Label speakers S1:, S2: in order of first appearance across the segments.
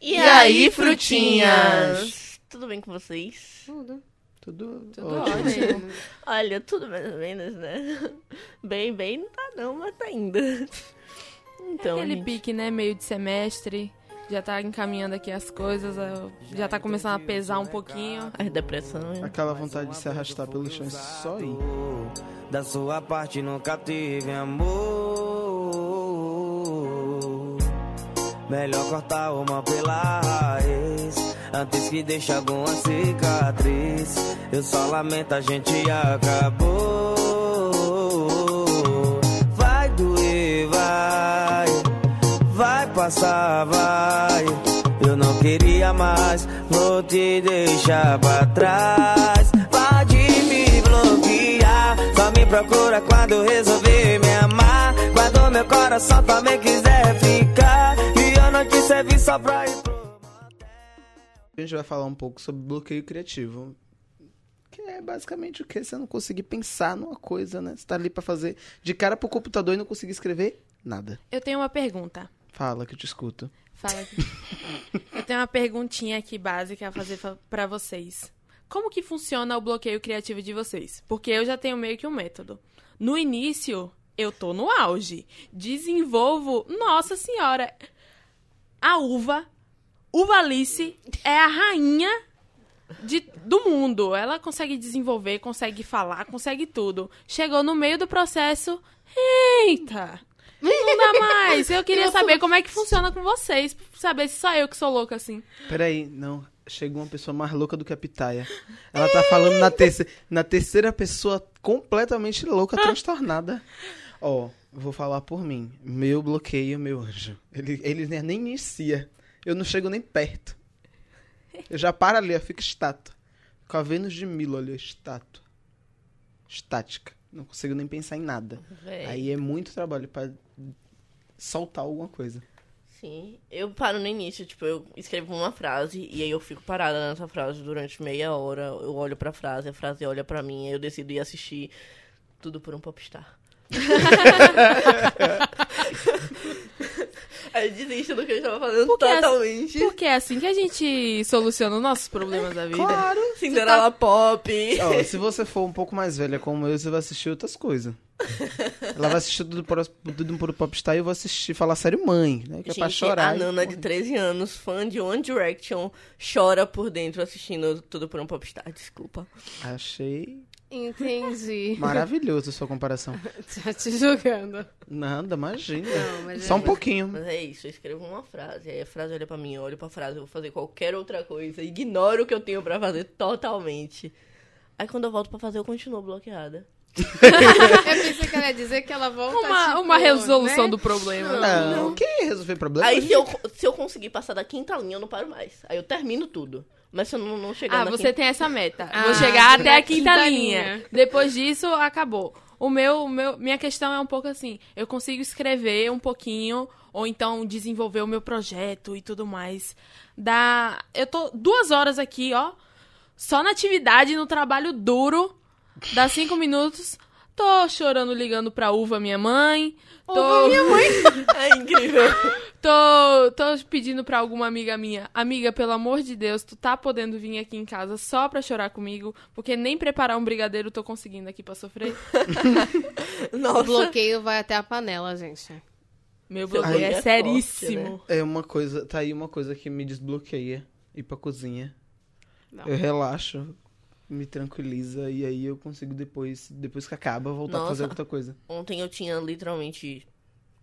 S1: E,
S2: aí, frutinhas?
S1: Tudo bem com vocês?
S3: Tudo.
S2: Tudo,
S3: Tudo
S2: ótimo.
S3: ótimo.
S1: Olha, tudo mais ou menos, né? Bem, bem não tá não, mas tá ainda. Então,
S3: Aquele
S1: gente,
S3: pique, né? Meio de semestre. Já tá encaminhando aqui as coisas. eu- Já tá começando a pesar um pouquinho.
S1: as depressões.
S2: Aquela vontade de se arrastar pelo chão e só ir.
S4: Da sua parte nunca tive amor. Melhor cortar uma pela raiz Antes que deixe alguma cicatriz Eu só lamento, a gente acabou Vai doer, vai Vai passar, vai Eu não queria mais Vou te deixar pra trás Pode me bloquear Só me procura quando resolver me amar Quando meu coração também quiser ficar E eu não te servi só pra ir pro
S2: A gente vai falar um pouco sobre bloqueio criativo. Que é basicamente o que? Você não conseguir pensar numa coisa, né? Você tá ali pra fazer de cara pro computador e não conseguir escrever nada.
S3: Eu tenho uma pergunta.
S2: Fala que eu te escuto.
S3: Fala aqui. Eu tenho uma perguntinha aqui básica a fazer fa- pra vocês. Como que funciona o bloqueio criativo de vocês? Porque eu já tenho meio que um método. No início, eu tô no auge. Desenvolvo, nossa senhora, a uva, uvalice, é a rainha de- do mundo. Ela consegue desenvolver, consegue falar, consegue tudo. Chegou no meio do processo, eita! Não dá mais. Eu queria saber como é que funciona com vocês. pra Saber se só eu que sou louca assim.
S2: Peraí, não. Chegou uma pessoa mais louca do que a Pitaia. Ela tá falando na, terce- na terceira pessoa completamente louca, transtornada. Ó, vou falar por mim. Meu bloqueio, meu anjo. Ele, ele ne- nem inicia. Eu não chego nem perto. Eu já paro ali, eu fico estátua. Com a Vênus de Milo ali, eu estátua. Estática. Não consigo nem pensar em nada.
S1: Véi,
S2: Aí é muito trabalho pra soltar alguma coisa.
S1: Sim. Eu paro no início, tipo, eu escrevo uma frase e aí eu fico parada nessa frase durante meia hora. Eu olho pra frase, a frase olha pra mim, aí eu decido ir assistir tudo por um popstar. aí eu desisto do que eu estava fazendo
S3: Porque essa-
S1: totalmente.
S3: Porque é assim que a gente soluciona os nossos problemas da vida.
S1: Cinderela Pop.
S2: Ó, se você for um pouco mais velha como eu, você vai assistir outras coisas. Ela vai assistir tudo por, tudo por Popstar e eu vou assistir Falar Sério Mãe, né? Que é pra
S1: Gente,
S2: chorar.
S1: A
S2: e-
S1: Nana de 13 anos, fã de One Direction, chora por dentro assistindo tudo por um popstar, desculpa.
S2: Achei
S5: Entendi.
S2: maravilhoso a sua comparação.
S5: Tá te julgando.
S2: Nada, imagina.
S5: Não, mas
S2: Só
S5: é-
S2: um pouquinho.
S1: Mas é isso, eu escrevo uma frase, aí a frase olha pra mim, eu olho pra frase, eu vou fazer qualquer outra coisa, ignoro o que eu tenho pra fazer totalmente. Aí quando eu volto pra fazer, eu continuo bloqueada.
S5: Eu pensei que ela ia dizer que ela volta
S3: Uma,
S5: tipo,
S3: uma resolução
S5: né?
S3: do problema.
S2: Não, quem resolver problema?
S1: Aí se eu, se eu conseguir passar da quinta linha, eu não paro mais. Aí eu termino tudo. Mas se eu não, não chegar
S3: Ah,
S1: na
S3: você
S1: quinta...
S3: tem essa meta.
S5: Ah,
S3: Vou chegar
S5: na
S3: até a quinta,
S5: quinta
S3: linha.
S5: linha.
S3: Depois disso, acabou. O meu, o meu, minha questão é um pouco assim. Eu consigo escrever um pouquinho, ou então desenvolver o meu projeto e tudo mais. Dá, eu tô duas horas aqui, ó, só na atividade, no trabalho duro. Dá cinco minutos. Tô chorando ligando pra uva minha mãe. Tô... minha mãe.
S1: É incrível.
S3: Tô, tô pedindo pra alguma amiga minha. Amiga, pelo amor de Deus, tu tá podendo vir aqui em casa só pra chorar comigo? Porque nem preparar um brigadeiro eu tô conseguindo aqui pra sofrer.
S5: O
S1: Nossa.
S5: bloqueio vai até a panela, gente.
S3: Meu
S1: Seu
S3: bloqueio
S1: olho
S3: é,
S1: é
S3: seríssimo.
S1: forte,
S2: É uma coisa, tá aí uma coisa que me desbloqueia. Ir pra cozinha.
S5: Não.
S2: Eu relaxo, me tranquiliza e aí eu consigo depois, depois que acaba, voltar a fazer
S1: Nossa.
S2: outra coisa.
S1: Ontem eu tinha literalmente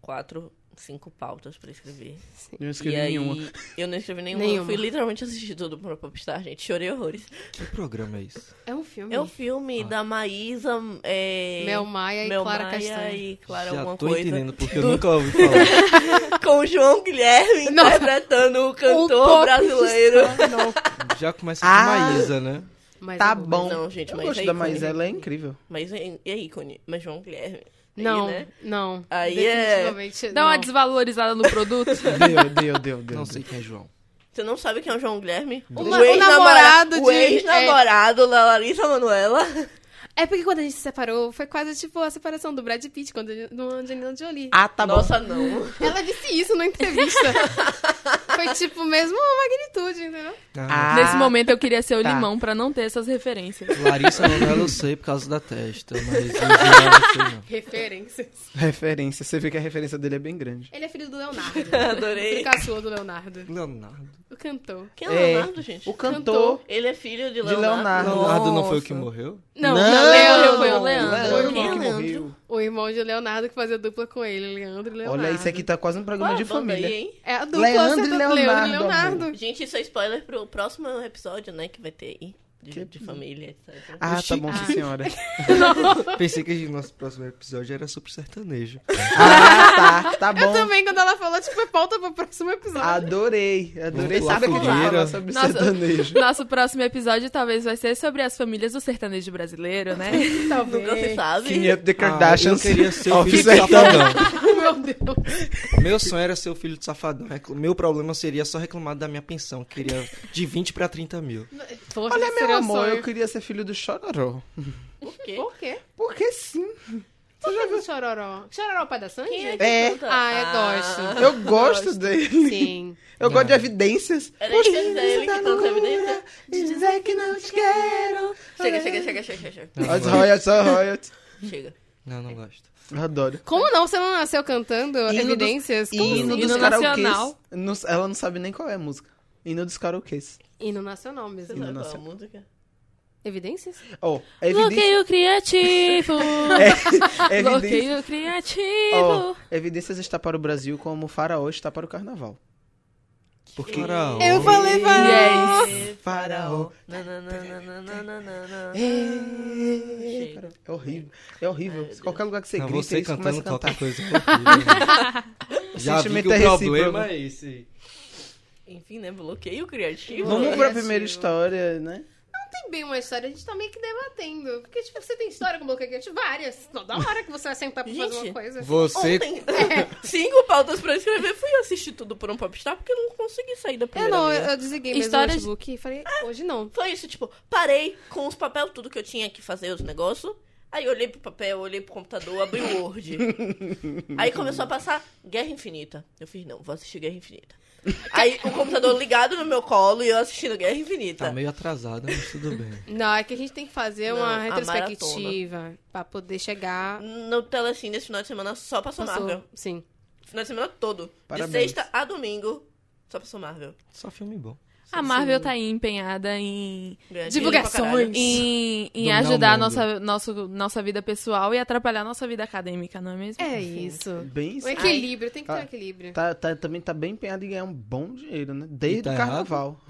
S1: quatro, cinco pautas pra escrever.
S2: Eu não
S1: e
S2: escrevi
S1: aí,
S2: nenhuma.
S1: Eu não escrevi nenhuma. Eu
S5: Nenhuma.
S1: fui literalmente assistir tudo pro Popstar, gente. Chorei horrores.
S4: Que programa é isso?
S5: É um filme.
S1: É o filme da Maísa. É...
S5: Mel Maia e
S1: Mel
S5: Clara
S1: Maia
S5: Castanha.
S1: e Clara
S4: Já
S1: alguma
S4: tô
S1: coisa.
S4: entendendo, porque eu nunca ouvi falar.
S1: Com o João Guilherme
S5: Nossa. Um
S1: interpretando o cantor
S5: popstar.
S1: brasileiro.
S4: Já começa com
S2: Ah.
S4: Maísa, né?
S5: Mas
S2: Tá
S5: eu vou-
S2: bom.
S1: Não, gente,
S2: eu
S1: mas
S2: gosto
S1: é
S2: da
S1: ícone.
S2: Maísa, ela é incrível.
S1: Mas é, é ícone. Mas João Guilherme. aí,
S5: Não,
S1: né?
S5: não.
S1: Aí é-
S5: Definitivamente
S3: Dá uma
S5: não.
S3: desvalorizada no produto.
S2: Deu, deu, deu, deu.
S4: Não sei quem é João.
S1: Você não sabe quem é o João Guilherme?
S5: na- o um namorado
S1: O
S5: de-
S1: ex-namorado da Larissa Manoela.
S5: É porque quando a gente se separou, foi quase tipo a separação do Brad Pitt quando, no Angelina Jolie.
S2: Ah, tá
S1: Nossa, não.
S5: Ela disse isso na entrevista. Foi tipo, mesmo a magnitude, entendeu?
S6: Ah,
S3: Nesse momento eu queria ser o
S2: tá.
S3: limão pra não ter essas referências.
S6: Larissa Manoela eu sei por causa da testa, mas eu jurava que não.
S5: Referências.
S2: Referência. Você vê que a referência dele é bem grande.
S5: Ele é filho do Leonardo. é
S1: Adorei.
S5: O caçula do Leonardo.
S6: Leonardo.
S5: O cantor.
S1: Quem é Leonardo, gente?
S2: O cantor.
S1: Ele é filho de
S2: De
S1: Leonardo.
S2: Leonardo.
S6: Leonardo não foi o
S1: Nossa.
S6: que morreu?
S5: Não,
S2: Não!
S5: não, Leandro foi o
S3: Leandro.
S5: Leandro.
S1: Quem é
S2: que
S1: Leandro?
S2: morreu.
S5: O irmão de Leonardo que fazia dupla com ele, Leandro e Leonardo.
S2: Olha, isso aqui tá quase um
S1: Qual
S2: programa
S1: a
S2: de
S1: banda
S2: família.
S1: Aí, hein?
S5: É a dupla
S2: Leandro e
S5: acerta-
S2: Leonardo,
S5: Leandro e Leonardo.
S1: Gente, isso é spoiler pro próximo episódio, né? Que vai ter aí. De, de família, etc.
S2: Ah, tá
S6: Oxi.
S2: bom, sim, senhora.
S6: Pensei que o nosso próximo episódio era sobre sertanejo.
S2: Ah, tá, tá
S5: Eu
S2: bom.
S5: também, quando ela falou, tipo, pauta pro próximo episódio.
S2: Adorei, adorei
S6: pular
S2: saber que
S6: fogueira.
S2: falar sobre
S3: Nossa.
S2: sertanejo.
S3: Nosso próximo episódio talvez vai ser sobre as famílias do sertanejo brasileiro, né?
S1: Nunca se sabe.
S2: Quem é The
S6: eu
S2: Kardashians?
S6: queria ser o
S2: Ó,
S6: filho do
S2: sertão.
S6: safadão.
S5: Meu Deus.
S6: Meu sonho era ser o filho do safadão. Recla- Meu problema seria só reclamar da minha pensão. que Queria de 20 pra 30 mil.
S5: Poxa,
S2: Olha,
S5: esse
S2: meu
S5: seria o
S2: amor, eu
S5: sonho.
S2: queria ser filho do Chororó.
S1: Por quê?
S5: Por quê?
S2: Porque sim,
S5: Por que do Chororó? Chororó é o pai da Sandy?
S1: Quem é que
S2: É.
S1: canta?
S5: Ah, eu gosto.
S2: eu gosto dele.
S5: Sim.
S2: Eu
S6: Não.
S2: gosto de evidências.
S1: Era isso que eu ia dizer, ele que
S2: Tá
S1: canta
S2: na
S1: Evidências.
S2: lua, e dizer que não te quero.
S1: Chega, chega, chega, chega, chega.
S2: As royalties, as royalties.
S1: Chega.
S6: Não, não gosto.
S2: Eu adoro.
S5: Como não? Você não nasceu cantando
S2: Hino do-
S5: Evidências? Como
S2: Hino
S5: assim?
S2: dos
S3: Hino
S2: karaokês.
S3: nacional.
S2: Não- Ela não sabe nem qual é a música. Hino dos karaokês.
S5: Hino nacional
S1: Você
S5: mesmo.
S1: sabe qual é a
S2: Nossa.
S1: música?
S5: Evidências?
S2: Ó, é evidência-
S3: Bloqueio criativo!
S2: é evidência-
S3: Bloqueio
S2: ó,
S3: criativo!
S2: evidências está para o Brasil como o faraó está para o carnaval. Porque
S6: Faraó.
S5: Eu falei pra
S3: Yes!
S2: faraó.
S1: Nananana.
S2: É,
S1: Chega.
S2: cara, é horrível. É horrível. Qualquer lugar que você
S6: Não,
S2: grita,
S6: você
S2: isso começa
S6: cantando
S2: a cantar.
S6: qualquer coisa. é horrível. né? Já vi que
S2: sentimento
S6: o
S2: é recíproco.
S6: problema é esse.
S1: Enfim, né? Bloqueio criativo.
S2: Vamos pra
S5: É,
S2: primeira
S5: sim.
S2: história, né?
S5: Tem bem uma história, a gente tá meio que debatendo. Porque, tipo, você tem história com bloqueio criativo? Várias. Toda hora que você vai sentar pra fazer
S1: Gente,
S5: uma coisa.
S6: Você
S1: Ontem, cinco pautas pra escrever, fui assistir tudo por um popstar porque eu não consegui sair da
S5: Eu
S1: primeira.
S5: não,
S1: vez.
S5: eu, eu desliguei mesmo
S3: Histórias-
S5: o notebook e falei, hoje não.
S1: Foi isso, tipo, parei com os papel, tudo que eu tinha que fazer, os negócios. Aí eu olhei pro papel, olhei pro computador, abri o Word. Aí começou a passar Guerra Infinita. Eu fiz, não, vou assistir Guerra Infinita. Aí o computador ligado no meu colo e eu assistindo Guerra Infinita.
S6: tá meio atrasado, mas tudo bem.
S5: Não, é que a gente tem que fazer
S1: Não,
S5: uma
S1: a
S5: retrospectiva pra poder chegar.
S1: No telecine esse final de semana só passou
S5: Passou.
S1: Marvel.
S5: Sim.
S1: Final de semana todo.
S2: Parabéns.
S1: De sexta a domingo, só passou Marvel.
S6: Só filme bom.
S3: A Marvel tá aí empenhada em,
S1: Ganhar dinheiro
S5: Divulgações.
S1: pra caralho.
S3: em, em
S6: Dominar o
S3: ajudar a
S6: mundo.
S3: nossa, nosso, nossa vida pessoal e atrapalhar nossa vida acadêmica, não é mesmo?
S5: É isso.
S2: Bem
S5: O equilíbrio, tem que ter um equilíbrio.
S2: tá, tá- Também tá bem empenhado em ganhar um bom dinheiro, né? Desde
S6: E tá
S2: o carnaval.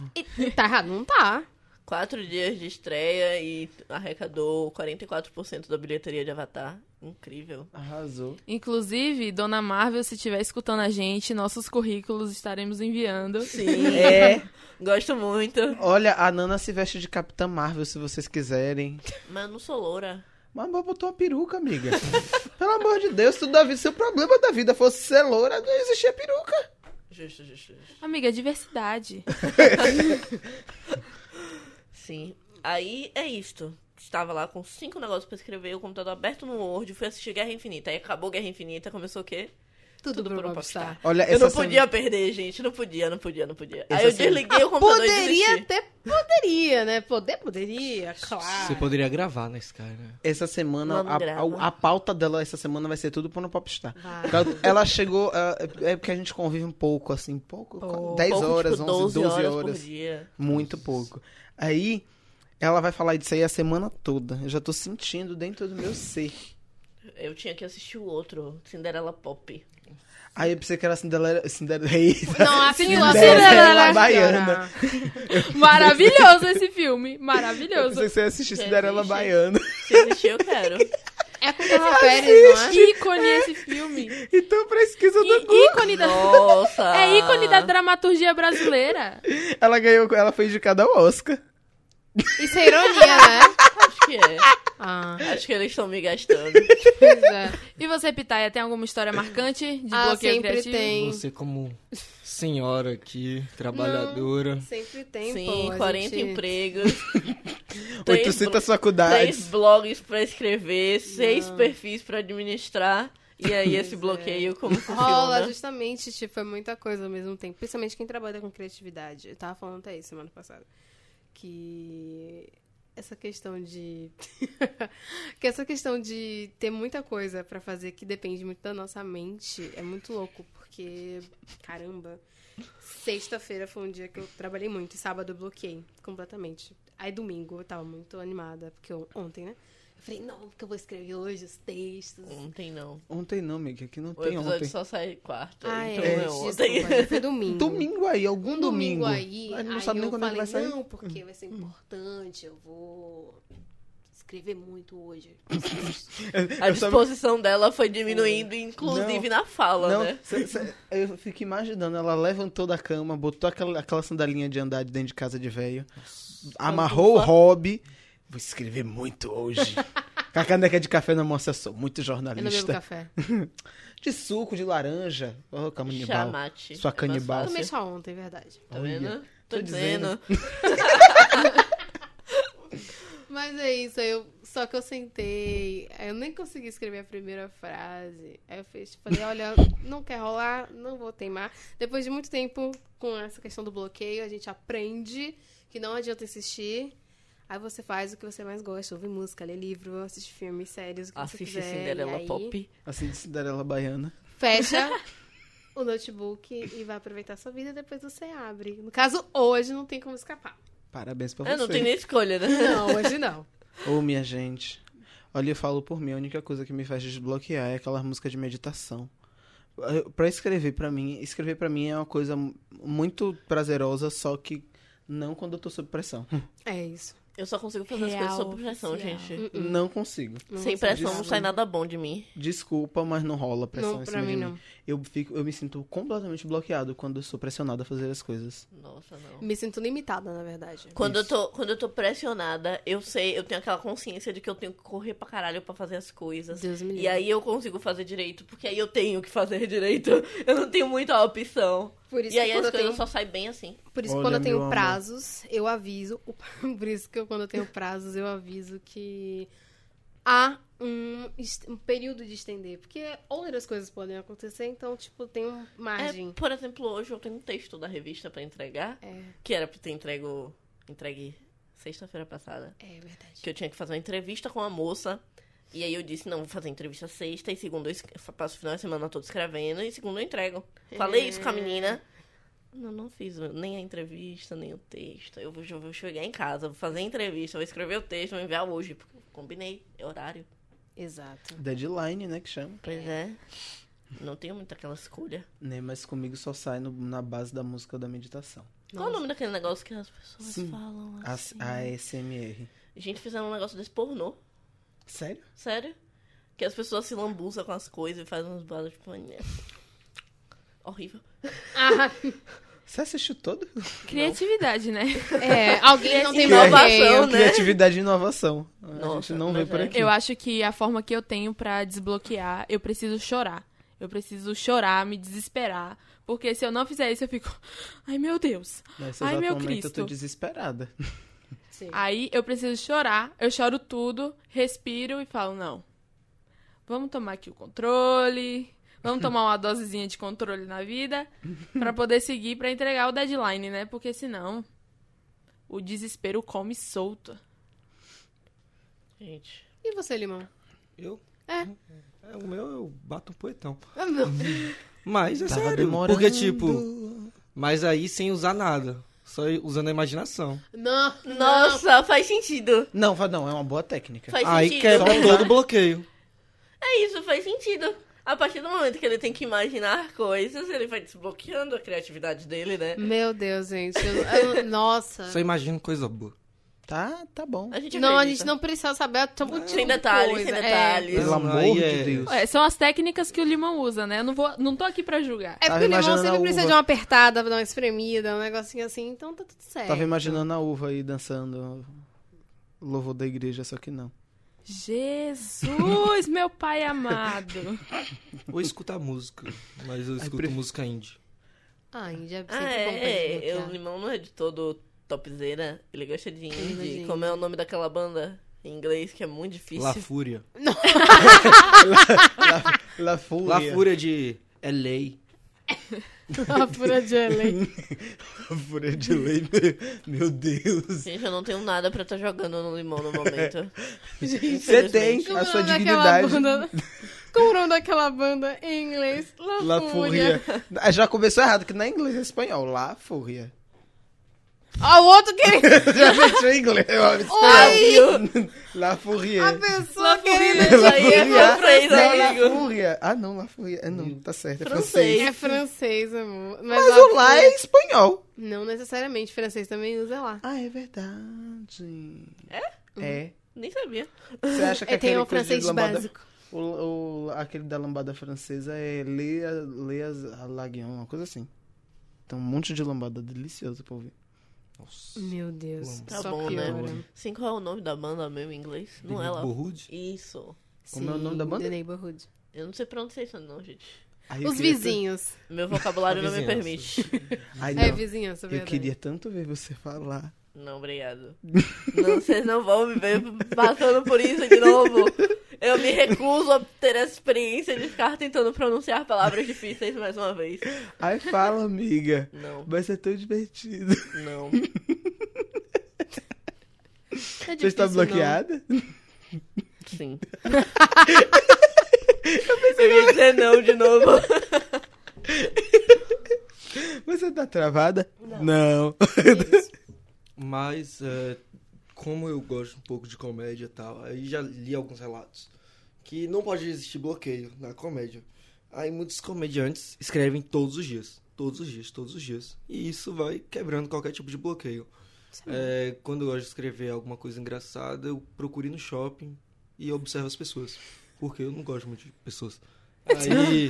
S5: Tá errado? Não tá.
S1: Quatro dias de estreia e arrecadou 44% da bilheteria de Avatar. Incrível.
S2: Arrasou.
S3: Inclusive, Dona Marvel, se estiver escutando a gente, nossos currículos estaremos enviando.
S1: Sim.
S2: É,
S1: Gosto muito.
S2: olha, a Nana se veste de Capitã Marvel se vocês quiserem.
S1: Mas eu não sou loura.
S2: Mas ela botou uma peruca, amiga. Pelo amor de Deus, tudo da vida. Se o problema da vida fosse ser loura, não existia peruca.
S1: Justo, justo, justo.
S3: Amiga, é diversidade.
S1: Sim. Aí é isto. Estava lá com cinco negócios pra escrever, o computador aberto no Word, fui assistir Guerra Infinita. Aí acabou Guerra Infinita, começou o quê?
S5: Tudo,
S1: Tudo
S5: por
S1: por
S5: um
S1: um
S5: popstar.
S2: Olha,
S1: eu
S2: essa
S1: não
S2: semana-
S1: podia perder, gente. Não podia, não podia, não podia.
S2: Essa
S1: Aí eu
S2: semana-
S1: desliguei
S3: Ah,
S1: o computador e
S5: Poderia
S1: desisti.
S5: até poderia, né? Poder poderia, claro.
S6: Você poderia gravar né? nesse cara.
S2: Essa semana,
S1: Mano,
S2: a,
S1: grava.
S2: a, a pauta dela essa semana vai ser tudo pra no Popstar.
S5: Vai.
S2: Porque Ela, ela chegou. é- É porque a gente convive um pouco, assim, pouco.
S3: Pouco.
S2: 10
S1: Pouco,
S2: horas,
S1: tipo,
S2: 11, 12 horas.
S1: por dia.
S2: Muito pouco. Aí, ela vai falar disso aí a semana toda. Eu já tô sentindo dentro do meu ser.
S1: Eu tinha que assistir o outro, Cinderela Pop.
S2: Aí eu pensei que era Cinderela. Cinderela. é Eita.
S5: Não, a Cinderela,
S2: Cinderela
S5: Cinderela
S2: Baiana.
S3: Maravilhoso esse filme.
S2: Eu
S3: Maravilhoso.
S2: pensei que você ia assistir Cinderela
S1: Gente.
S2: Baiana.
S1: Se existir, eu quero.
S5: É com Carla Pérez, não é?
S3: Ícone esse filme.
S2: Então pesquisa do Google.
S3: I- ícone da...
S1: Nossa!
S3: É ícone da dramaturgia brasileira.
S2: Ela ganhou. Ela foi indicada ao Oscar.
S5: Isso é ironia, né?
S1: Acho que é.
S5: Ah,
S1: Acho que eles estão me gastando.
S5: pois é.
S3: E você, Pitaia, tem alguma história marcante de
S5: Ah,
S3: bloqueio
S5: sempre
S3: criativo?
S5: tem.
S6: Você como senhora aqui, trabalhadora.
S5: Sempre tem,
S1: Sim,
S5: pô, a
S1: 40
S5: gente-
S1: empregos. três
S2: 800
S1: blo- Três
S2: faculdades.
S1: blogs pra escrever, seis perfis pra administrar E aí esse bloqueio, como funciona?
S5: Rola, justamente, tipo, é muita coisa ao mesmo tempo. Principalmente quem trabalha com criatividade. Eu tava falando até isso semana passada. Que essa questão de. que essa questão de ter muita coisa pra fazer que depende muito da nossa mente é muito louco, porque. Caramba! Sexta-feira foi um dia que eu trabalhei muito e sábado eu bloqueei completamente. Aí domingo eu tava muito animada, porque eu- ontem, né? Eu falei, não, porque eu vou escrever hoje os textos,
S1: Ontem não.
S2: Ontem não, amiga, aqui não
S1: O
S2: tem
S1: episódio
S2: ontem.
S1: só sai quarta.
S5: Ah,
S1: então
S5: é.
S1: é, ontem.
S5: Desculpa, foi domingo.
S2: Domingo aí, algum
S5: Um
S2: domingo.
S5: domingo aí,
S2: A gente não
S5: aí
S2: sabe nem
S5: eu
S2: quando ele
S5: falei,
S2: vai sair. Hum.
S5: não, porque vai ser importante, eu vou escrever muito hoje.
S1: A
S2: Eu só-
S1: disposição dela foi diminuindo, inclusive na fala,
S2: Não,
S1: né?
S2: cê- cê- eu fico imaginando, ela levantou da cama, botou aquela, aquela sandalinha de andar de dentro de casa de velho, amarrou o hobby. Vou escrever muito hoje. Com a caneca de café na mão, assim, eu sou muito
S5: Eu não bebo
S2: jornalista.
S5: café.
S2: De suco, de laranja. Ô, canibal.
S1: Chamate.
S2: Sua
S1: É mais
S2: canibal.
S5: Tomei
S1: fácil.
S5: só ontem, é verdade.
S1: Tá
S2: Olha,
S1: vendo? Tô,
S2: tô
S1: dizendo.
S2: dizendo.
S5: Mas é isso, aí eu, só que eu sentei, aí eu nem consegui escrever a primeira frase. Aí eu fiz, falei, olha, não quer rolar, não vou teimar. Depois de muito tempo com essa questão do bloqueio, a gente aprende que não adianta insistir. Aí você faz o que você mais gosta, ouve música, lê livro, assiste filmes, séries, o que você
S1: Assiste
S5: quiser. e
S1: Cinderela
S5: aí-
S1: Pop.
S2: Assim, de Cinderela Baiana.
S5: fecha o notebook e vai aproveitar sua vida, depois você abre. No caso, hoje não tem como escapar.
S2: Parabéns pra você.
S1: É, não tem nem escolha, né?
S5: Não, hoje não.
S2: Ô, minha gente. Olha, eu falo por mim, a única coisa que me faz desbloquear é aquela música de meditação. Eh, Pra escrever pra mim, escrever pra mim é uma coisa mu- muito prazerosa, só que não quando eu tô sob pressão.
S5: É isso. Hum,
S1: Eu só consigo fazer as
S3: Real
S1: coisas sob pressão,
S3: oficial.
S1: gente.
S5: Uhum.
S2: Não consigo.
S5: Não
S1: Sem
S5: consigo.
S1: pressão não
S2: disso.
S1: sai nada bom de mim.
S2: Desculpa, mas não rola pressão
S5: Não,
S2: em
S5: pra
S2: cima de
S5: mim
S2: mim.
S5: não.
S2: Eu fico, eu me sinto completamente bloqueado quando eu sou pressionado a fazer as coisas.
S1: Nossa, não.
S5: Me sinto limitada, na verdade.
S1: Quando eu, tô, quando eu tô pressionada, eu sei, eu tenho aquela consciência de que eu tenho que correr pra caralho pra fazer as coisas.
S5: Deus me livre.
S1: E aí eu consigo fazer direito, porque aí eu tenho que fazer direito. Eu não tenho muita opção.
S5: Por isso
S1: e
S5: é
S1: aí
S5: que quando
S1: as
S5: eu
S1: coisas só
S5: tenho-
S1: saem bem assim.
S5: Por isso que
S2: Olha,
S5: quando eu
S2: meu
S5: tenho
S2: amor.
S5: prazos, eu aviso. o- Por isso que eu, quando eu tenho prazos, eu aviso que há um, est- um período de estender. Porque outras coisas podem acontecer, então, tipo, tem um margem.
S1: É, por exemplo, hoje eu tenho um texto da revista pra entregar,
S5: É,
S1: que era pra ter entrego, entregue sexta-feira passada.
S5: é, verdade.
S1: que eu tinha que fazer uma entrevista com a moça. E aí eu disse, não, vou fazer entrevista sexta, e segunda eu es- eu passo o final de semana todo escrevendo, e segunda eu entrego. Falei isso com a menina. Não, não fiz nem a entrevista, nem o texto. Eu vou, eu vou chegar em casa, vou fazer a entrevista, vou escrever o texto, vou enviar hoje, porque eu combinei, é horário.
S5: Exato.
S2: Deadline, né, que chama.
S1: Pois é. Não tenho muita aquela escolha.
S2: Né, mas comigo só sai no- na base da música da meditação.
S1: Qual o nome daquele negócio que as pessoas
S2: Sim.
S1: falam
S2: A,
S1: assim?
S2: a SMR.
S1: A gente fizeram um negócio desse pornô.
S2: Sério?
S1: Sério? Que as pessoas se lambuzam com as coisas e fazem uns balas tipo. né? Horrível.
S5: Ah,
S2: Você assistiu todo?
S3: Criatividade, né?
S5: é, alguém não tem
S1: Inovação, né?
S5: bloqueio.
S2: É Criatividade e inovação. A
S1: Nossa,
S2: gente não vê
S1: mas
S2: por
S1: é.
S2: aqui.
S3: Eu acho que a forma que eu tenho pra desbloquear, eu preciso chorar. Eu preciso chorar, me desesperar. Porque se eu não fizer isso, eu fico. Ai, meu Deus.
S2: Nesse
S3: Ai,
S2: exato
S3: meu
S2: momento eu
S3: Cristo.
S2: tô desesperada.
S5: Sim. Ah,
S3: Aí eu preciso chorar, eu choro tudo, respiro e falo: não. Vamos tomar aqui o controle. Vamos tomar uma dosezinha de controle na vida pra poder seguir pra entregar o deadline, né? Porque senão o desespero come solto.
S1: Gente.
S5: E você, Limão?
S6: Eu?
S5: É.
S6: É, O meu eu bato um poetão.
S5: Ah, não.
S6: Mas é sério. Porque, tipo, mas aí sem usar nada. Só usando a imaginação.
S5: Não, não.
S1: Nossa, faz sentido.
S2: Não, fa- não, é uma boa técnica.
S1: Faz
S6: aí
S1: sentido.
S6: quebra
S2: Só
S6: todo
S2: usar.
S6: o bloqueio.
S1: É isso, faz sentido. A partir do momento que ele tem que imaginar coisas, ele vai desbloqueando a criatividade dele, né?
S5: Meu Deus, gente. Eu- eu- nossa.
S6: Só imagino coisa boa.
S2: Tá, tá bom.
S1: A gente
S5: Não, a
S1: acredita.
S5: gente não precisa saber todo tipo
S1: Sem
S5: de
S1: detalhes,
S5: coisa.
S1: sem
S5: É.
S1: detalhes.
S2: Pelo
S6: Não,
S2: amor
S6: aí
S2: de
S6: é-
S2: Deus.
S3: É, são as técnicas que o limão usa, né? Eu não, vou, não tô aqui pra julgar.
S5: É,
S2: Tava
S5: porque o limão
S2: imaginando
S5: sempre
S2: a
S5: precisa
S2: uva.
S5: de uma apertada, pra dar uma espremida, um negocinho assim, então tá tudo certo.
S2: Tava imaginando a uva aí dançando. Louvor da igreja, só que não.
S3: Jesus, meu pai amado.
S6: Ou escutar música. Mas eu escuto
S2: prefiro-
S6: música indie.
S5: Ah, Índia, é
S1: Ah,
S5: sempre bom pra
S1: é, é.
S5: desbloquear.
S1: O Limão não é de todo topzera. Ele gosta de
S5: gosta de
S1: indie.
S5: indie.
S1: Como é o nome daquela banda? em inglês, que é muito difícil.
S6: La Fúria.
S2: La
S6: La
S2: Fúria.
S6: Fúria de LA.
S5: A fura de Ellen.
S2: La Fúria de lei, meu- meu Deus.
S1: Gente, eu não tenho nada pra estar jogando no limão no momento. Gente,
S2: Você tem
S5: Como
S2: a
S5: o
S2: sua
S5: nome daquela
S2: dignidade.
S5: banda- Como o nome daquela banda em inglês? La,
S2: La
S5: Fúria.
S2: Fúria. Ah, Já começou errado, que não é inglês, é espanhol. La Fúria.
S5: Ó, Ah, o outro querendo.
S2: Já pensou em inglês? ó,
S5: Oi!
S2: La
S5: A
S2: Fúria.
S5: pessoa querendo.
S1: Isso aí é
S2: Fúria.
S1: francês,
S2: Não, La
S1: amigo.
S2: Fúria. Ah, não, La Fúria. É, não, tá certo, é
S1: Francês.
S2: francês.
S5: É francês, amor. Mas,
S2: Mas
S5: La
S2: o lá é
S5: Fúria-
S2: espanhol.
S5: Não necessariamente. Francês também usa lá.
S2: Ah, é verdade. É? É.
S1: Nem sabia.
S2: Você acha que
S5: É, tem
S2: aquele
S5: o francês
S2: coisa de lambada...
S5: básico.
S2: O, o- aquele da lambada francesa é Lea, Lea Laguion, uma coisa assim. Tem um monte de lambada deliciosa pra ouvir.
S6: Nossa.
S5: Meu Deus.
S1: Tá
S5: só
S1: bom, né?
S5: piora.
S1: Sim, qual é o nome da banda mesmo em inglês? Não é lá.
S6: Neighborhood?
S1: Isso.
S2: Como é o nome da
S5: Sim,
S2: banda?
S5: The Neighborhood.
S1: Eu não sei pronunciar isso não, gente.
S2: Aí eu
S5: Os
S2: queria
S5: vizinhos.
S1: Meu vocabulário não me
S6: Vizinhança.
S1: permite.
S2: tanto- Ai,
S5: É
S2: não.
S5: vizinhança,
S2: Eu
S5: verdade.
S2: queria tanto ver você falar.
S1: Não, obrigado. Não, vocês não vão me ver passando por isso de novo. Eu me recuso a ter essa experiência de ficar tentando pronunciar palavras difíceis mais uma vez.
S2: Ai, fala, amiga.
S1: Não,
S2: Vai ser tão divertido.
S1: não.
S5: É
S2: Você está
S5: difícil, não.
S2: bloqueada?
S1: Sim. Eu ia dizer não de novo.
S2: Você tá travada? Não.
S6: Mas, é, como eu gosto um pouco de comédia e tal, aí já li alguns relatos que não pode existir bloqueio na comédia. Aí muitos comediantes escrevem todos os dias. Todos os dias, todos os dias. E isso vai quebrando qualquer tipo de bloqueio. É, quando eu gosto de escrever alguma coisa engraçada, eu procuro ir no shopping e observo as pessoas. Porque eu não gosto muito de pessoas. Aí.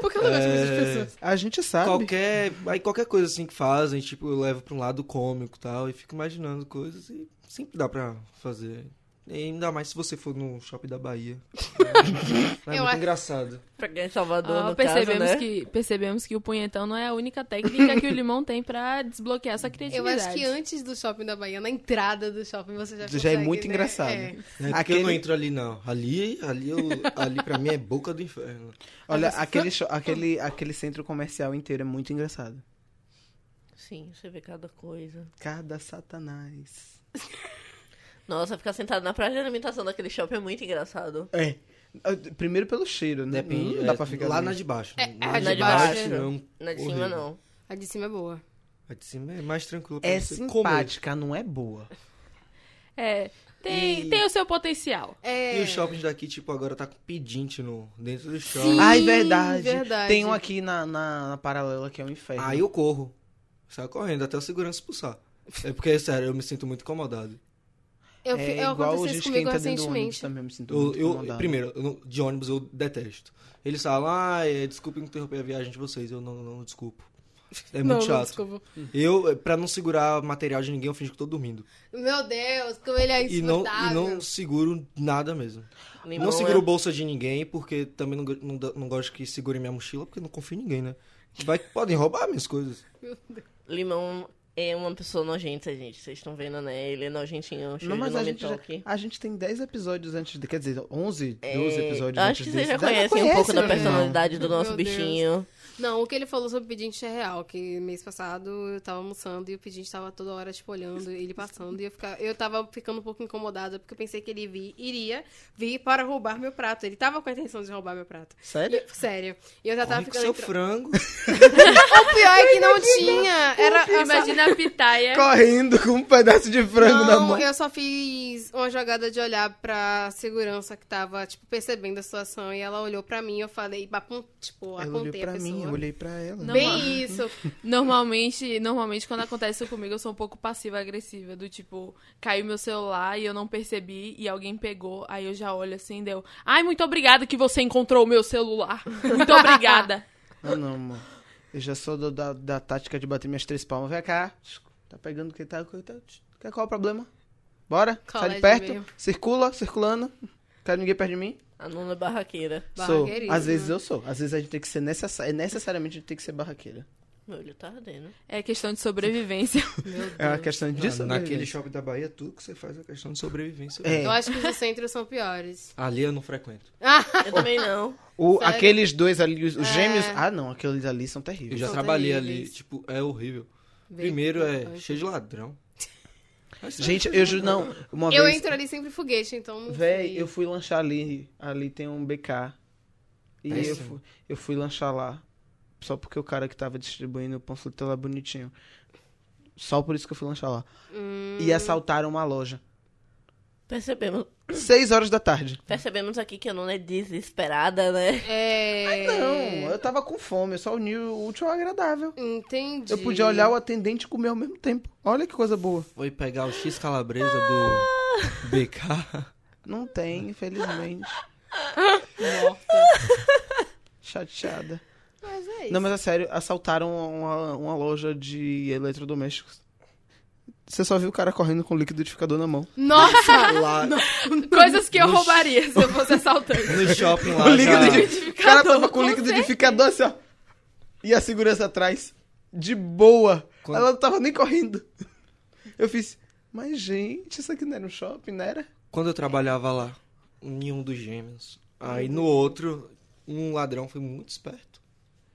S5: Por que eu não gosto um muito de
S6: É.
S5: pessoas?
S2: A gente sabe.
S6: Qualquer, aí qualquer coisa assim que fazem, tipo, eu levo pra um lado cômico e tal, e fico imaginando coisas e sempre dá pra fazer. E ainda mais se você for no shopping da Bahia. é
S5: Eu
S6: muito
S5: acho-
S6: engraçado.
S1: Pra quem é Salvador,
S3: Ah,
S1: no
S3: percebemos,
S1: caso, né?
S3: que, percebemos que o punhetão não é a única técnica que o limão tem pra desbloquear essa
S5: Eu
S3: criatividade.
S5: acho que antes do shopping da Bahia, na entrada do shopping, você já
S2: Já é
S5: consegue,
S2: muito
S5: né?
S2: engraçado.
S5: É.
S6: É porque
S2: Aquele-
S6: eu não entro ali, não. Ali, ali, eu, ali pra mim é boca do inferno.
S2: Olha,
S5: Mas você-
S2: aquele, cho- aquele, aquele centro comercial inteiro é muito engraçado.
S1: Sim, você vê cada coisa.
S2: Cada satanás.
S1: Nossa, ficar sentado na praia de alimentação daquele shopping é muito engraçado.
S2: É. Primeiro pelo cheiro, né?
S6: Depende.
S2: Não dá
S6: é,
S2: pra ficar
S6: lá
S2: ali.
S6: na de baixo.
S5: É,
S6: Na
S5: a
S1: de baixo.
S6: não.
S1: Na de cima,
S6: Horrível.
S1: não.
S5: A de cima é boa.
S6: A de cima é mais tranquila pra
S2: É
S6: você
S2: simpática, não é boa.
S3: É, tem, tem o seu potencial.
S5: É.
S6: comer. E o shopping daqui, tipo, agora tá com pedinte no, dentro do shopping.
S5: Sim,
S2: Ai, verdade.
S5: verdade.
S2: Tem um aqui na, na, na paralela que é um inferno.
S6: Aí eu corro. Saio correndo, até o segurança expulsar. É porque, sério, eu me sinto muito incomodado.
S5: Eu, fi-
S2: é
S5: eu
S2: igual
S5: aconteceu
S2: gente
S5: isso
S2: que
S5: comigo
S2: entra dentro do ônibus
S5: recentemente.
S2: também, eu me sinto
S6: Eu,
S2: muito
S6: eu-
S2: incomodado.
S6: primeiro, eu não- de ônibus eu detesto. Eles falam, ah, é, desculpa interromper a viagem de vocês. Eu não, não, não desculpo. É
S5: não, não,
S6: muito chato.
S5: desculpa.
S6: eu, eh, pra não segurar material de ninguém, eu fingo que tô dormindo.
S5: Meu Deus, como ele é
S6: E não, e
S5: insuportável.
S6: não seguro nada mesmo.
S1: Limão
S6: não seguro
S1: é-
S6: bolsa de ninguém, porque também não, go- não, dá- não gosto que segure minha mochila, porque não confio em ninguém, né? Vai que podem roubar minhas coisas.
S1: Limão é uma pessoa nojenta, gente. Vocês estão vendo, né? Ele é nojentinho, cheio
S2: Não, mas
S1: de
S2: a
S1: nome
S2: gente, já-
S1: toque.
S2: a gente tem 10 episódios antes de. Quer dizer, 11, 12 episódios
S1: É, Acho
S2: antes
S1: que
S2: desse.
S1: vocês já
S2: Dá-
S1: conhecem um
S2: conhece,
S1: pouco da
S2: né?
S1: personalidade do
S5: Meu
S1: nosso
S5: Deus.
S1: bichinho.
S5: Não, o que ele falou sobre pedinte é real, que mês passado eu tava almoçando e o pedinte tava toda hora, tipo, olhando, ele passando, e eu, fica- eu tava ficando um pouco incomodada, porque eu pensei que ele vi- iria vir para roubar meu prato. Ele tava com a intenção de roubar meu prato.
S2: Sério?
S5: E- sério. E eu já tava
S6: Corre com
S5: ficando...
S6: seu
S5: entra-
S6: frango.
S5: O pior é que não tinha! Era...
S3: Imagina a pitaia.
S2: Correndo com um pedaço de um frango na
S5: Não,
S2: mão.
S5: eu só fiz uma jogada de olhar pra segurança que tava, tipo, percebendo a situação. E ela olhou pra mim, eu falei, apun- tipo,
S2: Ela olhou
S5: apontei a
S2: pra
S5: pessoa.
S2: mim, eu olhei pra ela.
S3: Não,
S5: Bem
S3: mano.
S5: isso.
S3: Normalmente, normalmente, quando acontece isso comigo, eu sou um pouco passiva-agressiva. Do tipo, caiu meu celular e eu não percebi e alguém pegou. Aí eu já olho assim, deu. Ai, muito obrigada que você encontrou o meu celular. Muito obrigada.
S2: Ah, não, amor. Eu já sou do- da, da tática de bater minhas três palmas. Vem cá. Tá pegando quem tá. quem tá- Quer qual é o problema? Bora?
S5: Cola
S2: Sai de
S5: de
S2: perto.
S5: meio.
S2: Circula, circulando. Quero ninguém perto de mim.
S1: A Nuna Barraqueira.
S2: Sou.
S5: Barraqueiríssima.
S2: Às vezes eu sou. Às vezes a gente tem que ser necessa... é necessariamente a gente tem que ser barraqueira.
S1: Meu olho tá ardendo.
S3: É questão de sobrevivência.
S2: É uma questão de
S6: Mano, naquele
S2: sobrevivência.
S6: shopping da Bahia, tudo que você faz é questão de sobrevivência.
S2: É.
S5: Eu acho que os centros são piores.
S6: Ali eu não frequento.
S1: Eu também não.
S2: O,
S5: Sério?
S2: aqueles dois ali, os, os
S5: É.
S2: gêmeos. Ah, não, aqueles ali são
S6: Eu
S2: terríveis.
S6: já
S5: São
S6: trabalhei ali,
S5: terríveis.
S6: tipo, é horrível.
S5: Bem
S6: Primeiro é
S5: preocupante.
S6: cheio de ladrão. Mas,
S2: Gente, eu juro, não. Uma
S5: Eu
S2: vez.
S5: entro ali sempre foguete, então não
S2: Véi,
S5: sei.
S2: eu fui lanchar ali. Ali tem um BK. E eu
S6: Péssimo.
S2: fui, eu fui lanchar lá. Só porque o cara que tava distribuindo o panfleto lá é bonitinho. Só por isso que eu fui lanchar lá.
S5: Hum,
S2: E assaltaram uma loja.
S1: Percebemos,
S2: Seis horas da tarde.
S1: percebemos aqui que a Nuna é desesperada, né?
S5: É...
S2: Não, eu tava com fome. Eu só uni o útil ao agradável.
S5: Entendi.
S2: Eu podia olhar o atendente e comer ao mesmo tempo. Olha que coisa boa.
S6: Foi pegar o X calabresa do BK.
S2: Não tem, infelizmente.
S5: Morta.
S2: Chateada.
S5: Mas é isso.
S2: Não, mas é sério, assaltaram uma, uma loja de eletrodomésticos. Você só viu o cara correndo com o liquidificador na mão.
S3: Nossa!
S6: Ah, Lá
S3: Coisas que eu roubaria se eu fosse assaltante.
S6: no shopping lá.
S2: O,
S6: já-
S2: liquidi- o cara tava com o liquidificador assim, ó. E a segurança atrás. De boa.
S6: Quando-
S2: Ela não tava nem correndo. Eu fiz, mas gente, isso aqui não era um shopping, não era?
S6: Quando eu trabalhava lá, em um dos gêmeos. Aí no outro, um ladrão foi muito esperto.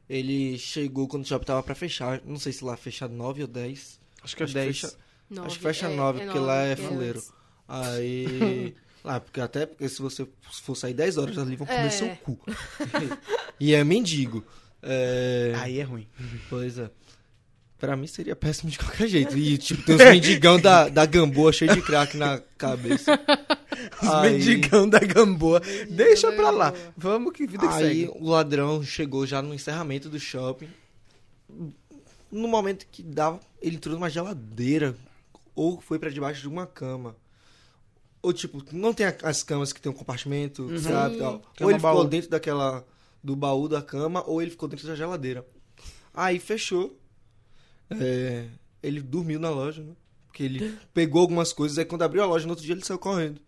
S6: Ele chegou quando o shopping tava pra fechar. Não sei se lá fecha 9 ou 10.
S2: Acho
S6: fecha, acho que fecha 9, porque lá é fuleiro. Aí. lá, porque até porque se você for sair 10 horas ali, vão comer
S5: É.
S6: seu cu. e é mendigo. É...
S2: Aí é ruim.
S6: Pois é. Pra mim seria péssimo de qualquer jeito. E, tipo, tem uns mendigão da, da gamboa cheio de crack na cabeça.
S2: Os
S6: Aí-
S2: mendigão da Gamboa. Deixa
S5: da
S2: pra lá.
S5: Gamboa.
S2: Vamos que vida que
S6: Aí
S2: segue.
S6: o ladrão chegou já no encerramento do shopping. No momento que dava, ele entrou numa geladeira. Ou foi pra debaixo de uma cama. Ou tipo, não tem a- as camas que tem um compartimento,
S2: Uhum.
S6: sabe? Tal.
S2: Tem
S6: Ou ele
S2: no
S6: ficou
S2: é baú.
S6: dentro daquela. do baú da cama, ou ele ficou dentro da geladeira. Aí fechou. É, ele dormiu na loja, né? Porque ele pegou algumas coisas, aí quando abriu a loja no outro dia ele saiu correndo.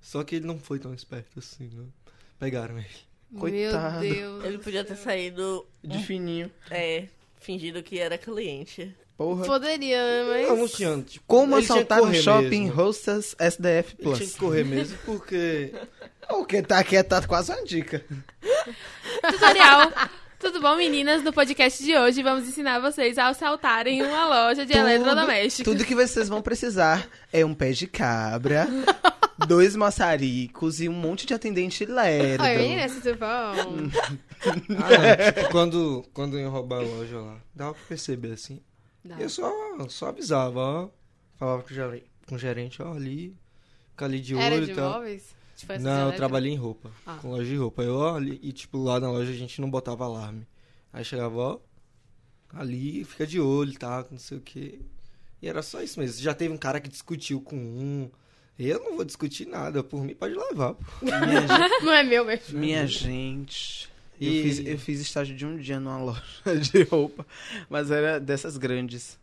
S6: Só que ele não foi tão esperto assim, né? Pegaram ele.
S2: Coitado.
S5: Meu Deus.
S1: Ele podia ter saído,
S2: De fininho.
S1: é, fingindo que era cliente.
S2: Porra.
S5: Poderia, né?
S6: Não,
S5: Mas...
S6: não tinha. Tipo,
S2: Como
S6: ele tinha que
S2: assaltar um
S6: correr
S2: shopping
S6: mesmo.
S2: Hostess SDF
S6: Ele tinha
S2: Plus?
S6: que correr mesmo, porque.
S2: O que tá aqui é tá quase uma dica.
S3: Tutorial. Tudo bom, meninas? No podcast de hoje vamos ensinar vocês a assaltarem uma loja de
S2: Tudo-
S3: eletrodomésticos.
S2: Tudo que vocês vão precisar é um pé de cabra, dois maçaricos e um monte de atendente lerdo.
S5: Olha, menina, se tu bom.
S6: Ah, não, tipo, quando, quando eu ia roubar a loja lá, dava pra perceber assim.
S5: Dá.
S6: Eu só, só avisava, ó. Falava com o gerente, com o gerente ó, ali, fica ali de
S5: Era
S6: olho
S5: de
S6: e tal.
S5: móveis? Tipo, essa
S6: Não, eu
S5: galera-
S6: trabalhei em roupa,
S5: Ah.
S6: com loja de roupa. Eu, ó, ali, e tipo, lá na loja a gente não botava alarme. Aí chegava, ó, ali, fica de olho e tal, não sei o quê. E era só isso mesmo. Já teve um cara que discutiu com um. Eu não vou discutir nada, por mim pode levar. pô.
S2: Minha, gen-
S5: Não é meu mesmo.
S2: minha gente. Eu,
S6: E-
S2: fiz, eu fiz estágio de um dia numa loja de roupa, mas era dessas grandes.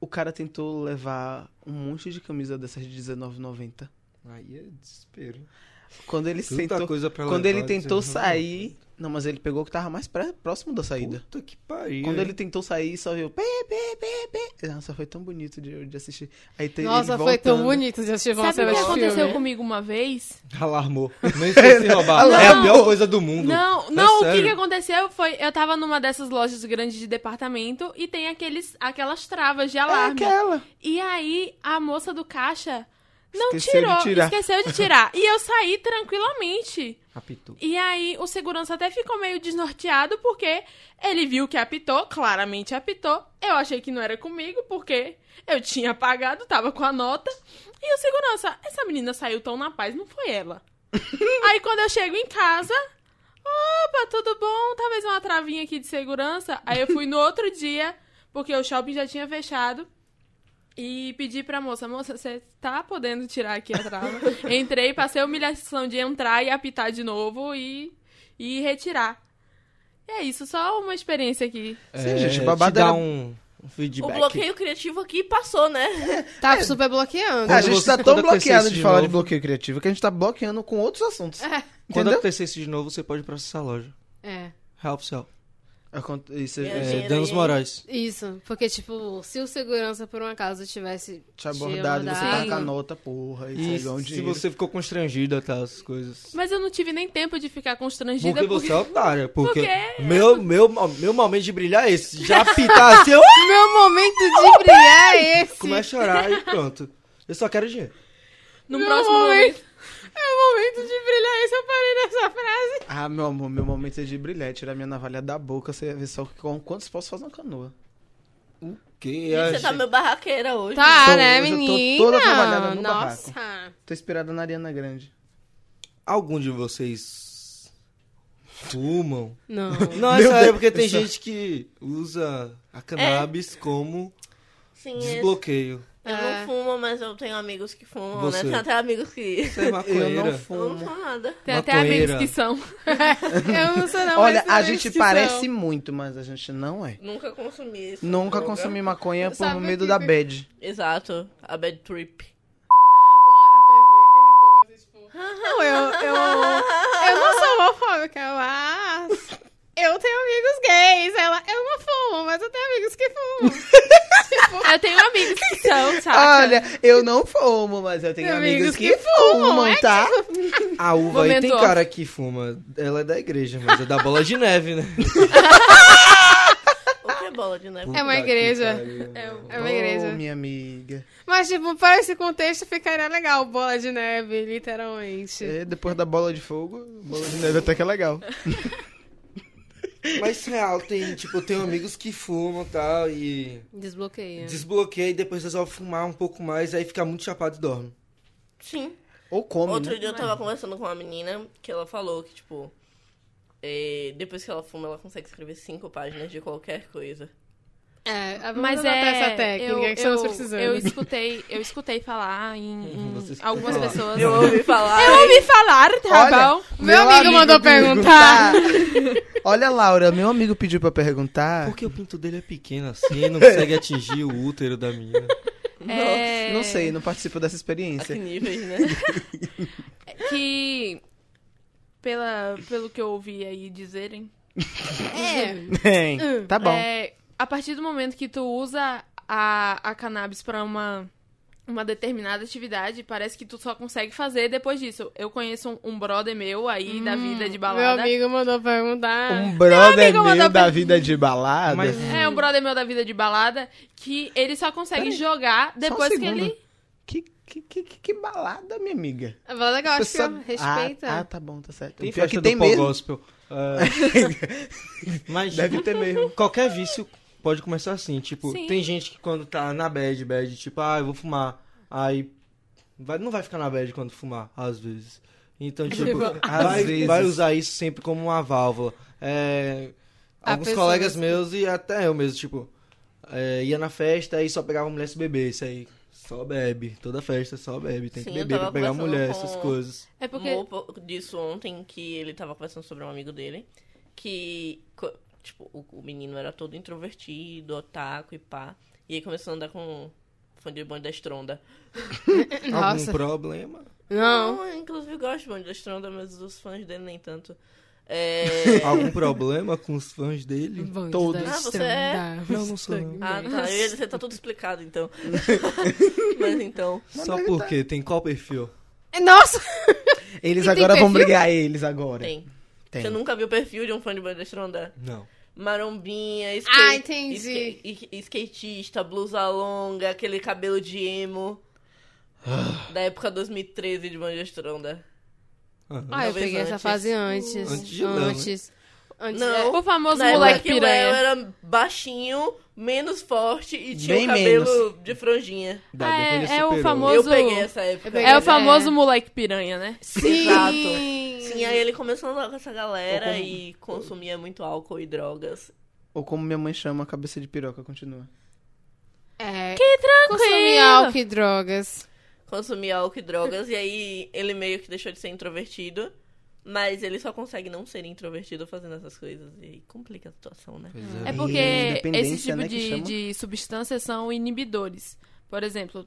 S2: O cara tentou levar um monte de camisa dessas de R$19,90.
S6: Aí é desespero.
S2: Quando ele
S6: Tanta
S2: sentou.
S6: coisa pra
S2: Quando
S6: levar,
S2: ele tentou
S6: dizendo,
S2: sair. Não, mas ele pegou o que tava mais pré- próximo da saída.
S6: Puta que pariu.
S2: Quando
S6: hein?
S2: ele tentou sair, só viu. Pê, pê, pê, pê. Nossa, foi tão bonito de, de assistir. Aí tem
S5: Nossa,
S2: ele
S5: foi tão
S2: voltando.
S5: bonito de assistir uma
S3: Sabe o
S5: cena
S3: que
S5: de
S3: aconteceu
S5: filme.
S3: comigo uma vez?
S6: Alarmou. Nem sei se roubar.
S2: Não.
S6: É a pior coisa do mundo.
S3: Não,
S6: É
S3: não, o que,
S6: sério.
S3: que aconteceu foi, eu tava numa dessas lojas grandes de departamento e tem aqueles, aquelas travas de
S2: É
S3: alarme.
S2: aquela.
S3: E aí a moça do caixa não
S2: Esqueceu de
S3: tirou,
S2: tirar.
S3: esqueceu de tirar. e eu saí tranquilamente.
S6: Apitou.
S3: E aí o segurança até ficou meio desnorteado porque ele viu que apitou, claramente apitou. Eu achei que não era comigo porque eu tinha pagado, tava com a nota. E o segurança, essa menina saiu tão na paz, não foi ela. aí quando eu chego em casa, opa, tudo bom? Talvez uma travinha aqui de segurança. Aí eu fui no outro dia, porque o shopping já tinha fechado. E pedi pra moça, moça, você tá podendo tirar aqui a trava? Entrei, passei a humilhação de entrar e apitar de novo e, e retirar. E é isso, só uma experiência aqui.
S2: Sim, gente,
S6: É, te
S2: babado
S6: dá
S2: era-
S6: um, um feedback.
S1: O bloqueio criativo aqui passou, né?
S5: Tá super bloqueando.
S2: É. a
S6: Quando
S2: gente
S6: você-
S2: tá
S6: quando
S2: tão
S6: acontecer
S2: bloqueado
S6: isso
S2: de,
S6: de
S2: falar de
S6: novo-
S2: bloqueio criativo que a gente tá bloqueando com outros assuntos.
S5: É.
S6: Quando
S2: Entendeu?
S6: acontecer isso de novo, você pode processar a loja.
S5: É.
S6: Real oficial.
S2: Aconte- Isso
S1: É,
S2: é,
S1: gente.
S2: é,
S6: É, danos morais.
S5: Isso, porque, tipo, se o segurança, por um acaso, tivesse
S2: te abordado, você
S5: abordado-
S2: tá com a nota, porra, e,
S6: E
S2: pegar um
S6: se
S2: dinheiro.
S6: você ficou constrangida, tá? Essas coisas.
S3: Mas eu não tive nem tempo de ficar constrangida
S6: Porque você é otária. Porque
S3: Porque-
S6: meu, meu, meu momento de brilhar é esse. Já pitar assim, eu
S5: Meu momento de brilhar é esse.
S6: começo a chorar e pronto. Eu só quero dinheiro.
S3: no
S5: Meu
S3: próximo
S5: momento.
S3: momento.
S5: Meu momento de brilhar é esse, eu parei nessa frase.
S2: Ah, meu amor, meu momento é de brilhar, tirar minha navalha da boca, você ia ver só com quantos posso fazer uma canoa.
S6: Que
S1: Gente, você tá meio barraqueira hoje.
S5: Tá,
S2: Tô-
S5: né,
S2: hoje eu tô
S5: menina?
S2: toda trabalhada no
S5: Nossa.
S2: Tô inspirada na Ariana Grande.
S6: Algum de vocês fumam?
S5: Não.
S6: Não, é
S2: Meu
S6: sério,
S2: Deus,
S6: porque tem
S2: eu só-
S6: gente que usa a cannabis como
S1: Sim, é-
S6: desbloqueio.
S1: eu não
S5: É.
S1: fumo, mas eu tenho amigos que fumam,
S6: Você.
S1: né? Tem até amigos que...
S6: Você
S2: Eu
S6: é
S2: não
S6: maconheira.
S1: Eu não
S2: fumo.
S1: fumo nada.
S3: Tem até
S6: Maconheira.
S3: amigos que são.
S5: Eu não sou, não. é
S2: Olha,
S5: mas
S2: a
S5: são
S2: gente
S5: esses que
S2: parece
S5: são.
S2: muito, mas a gente não é.
S1: Nunca consumi isso.
S2: Nunca consumi maconha por
S5: Sabe o
S2: medo
S5: que
S2: da
S5: que-
S2: bad.
S1: Exato. A bad trip.
S5: Não, eu, eu, eu não sou homofóbica, mas eu tenho amigos gays. Ela, eu não fumo, mas eu tenho amigos que fumam.
S3: Eu tenho amigos que são, sabe?
S2: Olha, eu não fumo, mas eu tenho
S5: Tem
S2: amigos
S5: Ah, amigos
S2: que
S5: que fumam,
S2: fumam,
S5: é
S2: tá?
S6: A uva aí tem
S3: Momento.
S6: cara que fuma. Ela é da igreja, mas é da bola de neve, né?
S1: O que é bola de neve?
S5: É uma
S6: Puta que
S5: igreja.
S6: pariu, mano.
S5: É uma igreja.
S2: Ô, minha amiga.
S5: Mas, tipo, para esse contexto ficaria legal bola de neve, literalmente.
S2: É, depois da bola de fogo, bola de neve até que é legal.
S6: Mas real, tem, tipo, eu tenho amigos que fumam e tal, e
S5: Desbloqueia.
S6: desbloqueia e depois resolve fumar um pouco mais, aí fica muito chapado e dorme.
S1: Sim.
S2: Ou come,
S1: Outro
S2: né?
S1: dia eu tava conversando com uma menina que ela falou que, tipo, é, depois que ela fuma, ela consegue escrever cinco páginas de qualquer coisa.
S5: É, vamos
S3: Mas
S5: adotar
S3: é
S5: essa técnica
S3: eu,
S5: que estamos precisando.
S3: eu escutei, eu escutei falar em, em
S6: Você escutou
S3: algumas
S6: falar.
S3: pessoas.
S1: Eu ouvi falar.
S3: Eu ouvi falar, tá
S2: Olha,
S3: bom?
S5: Meu amigo mandou
S2: Tá.
S5: perguntar.
S2: Olha, Laura, meu amigo pediu pra perguntar.
S6: Porque o pinto dele é pequeno assim, e não consegue atingir o útero da minha.
S3: É,
S2: Não sei, não participo
S1: A que
S2: dessa experiência.
S1: níveis, né?
S3: Que pela, pelo que eu ouvi aí dizerem,
S5: É.
S2: Tem. Tá bom.
S3: é, a partir do momento que tu usa a, a cannabis pra uma uma determinada atividade, parece que tu só consegue fazer depois disso. Eu conheço um, um brother meu
S2: Hum,
S3: aí da vida de balada.
S5: Meu amigo mandou perguntar.
S2: Um brother
S3: amigo
S2: meu
S3: mandou
S2: da
S3: pra-
S2: vida de balada.
S6: Mas-
S3: É um brother meu da vida de balada que ele só consegue jogar depois que
S2: um segundo.
S3: ele
S2: Que, que, que, que- que balada, minha amiga?
S5: É legal, acho que
S2: Pessoa-
S5: eu- respeita.
S2: Ah, ah, tá bom, tá certo.
S6: Tem
S2: O pior é
S6: festa
S2: que
S6: que
S2: tem
S6: do pau
S2: mesmo.
S6: gospel. É. Mas
S2: Deve ter mesmo.
S6: qualquer vício pode começar assim. Tipo,
S3: Sim.
S6: tem gente que quando tá na bad, bad, tipo, ah, eu vou fumar. Aí vai, não vai ficar na bad quando fumar, às vezes. Então, tipo,
S2: às
S6: vai,
S2: vezes.
S6: vai usar isso sempre como uma válvula. É,
S5: Há
S6: alguns
S5: pessoas
S6: colegas
S5: que-
S6: meus e até eu mesmo, tipo, é, ia na festa e só pegava mulher se beber, isso aí. Só bebe, toda festa só bebe, tem
S1: Sim,
S6: que
S1: eu
S6: beber pra
S1: tava
S6: pegar
S1: conversando
S6: mulher,
S1: com-
S6: essas coisas.
S3: é porque
S1: Um pouco disso ontem que ele tava conversando sobre um amigo dele que, co- tipo, o, o menino era todo introvertido, otaku e pá. E aí começou a andar com fã de bonde da Estronda.
S6: Algum
S5: Nossa.
S6: problema?
S5: Não.
S1: Ah, Eu, inclusive, gosto de bonde da Estronda, mas os fãs dele nem tanto. É...
S6: Algum problema com os fãs dele?
S5: Bom,
S2: Todos.
S5: da
S1: Ah, você é-
S5: estrada.
S6: Não, não sou não.
S1: Ah, tá. Eu ia dizer, tá tudo explicado, então. Mas então...
S6: Só porque tem qual perfil?
S5: É, Nossa!
S2: Eles
S5: E tem
S2: agora vão
S5: perfil?
S2: brigar, eles agora.
S1: Tem.
S2: Tem.
S1: Você nunca viu o perfil de um fã de banda estronda?
S6: Não.
S1: Marombinha, skate,
S5: Ah, entendi.
S1: ska- i- skatista, blusa longa, aquele cabelo de emo. da época 2013 de banda estronda.
S5: Ah, eu
S1: Talvez
S5: peguei essa
S1: antes.
S5: fase antes.
S6: Antes
S5: Antes.
S6: de não, né?
S5: antes. é.
S1: Não.
S3: o famoso
S1: Na época
S3: moleque
S1: que o Léo é-
S3: piranha.
S1: era baixinho, menos forte e tinha
S2: Bem
S1: o cabelo de franjinha.
S3: Ah, é- é o famoso-
S1: Eu peguei essa época.
S5: Eu peguei
S3: É o
S5: essa-
S3: famoso moleque piranha, né?
S5: Sim!
S1: Exato. Sim, aí ele começou a andar com essa galera e consumia muito álcool e drogas.
S2: Ou como minha mãe chama, cabeça de piroca, continua.
S5: É,
S3: Que
S5: consumir
S3: tranquilo.
S5: álcool e drogas.
S1: consumia álcool e drogas, e aí ele meio que deixou de ser introvertido. Mas ele só consegue não ser introvertido fazendo essas coisas. E aí complica a situação, né?
S3: É
S2: E
S3: porque
S2: dependência,
S3: esse tipo
S2: né, que
S3: de,
S2: chama?
S3: de substâncias são inibidores. Por exemplo,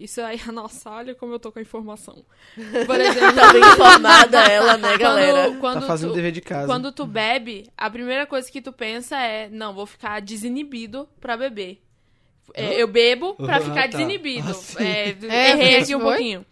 S3: Isso aí, nossa, olha como eu tô com a informação. Por exemplo,
S1: Tá bem informada ela, né, galera?
S3: quando, quando
S2: tá fazendo
S3: tu-
S2: dever de casa.
S3: Quando tu bebe, a primeira coisa que tu pensa é, não, vou ficar desinibido pra beber. É, eu bebo pra
S6: Ah,
S3: ficar
S6: tá.
S3: desinibido.
S6: Ah, sim.
S3: É,
S5: É,
S3: errei
S5: porque
S3: aqui um
S5: foi?
S3: pouquinho.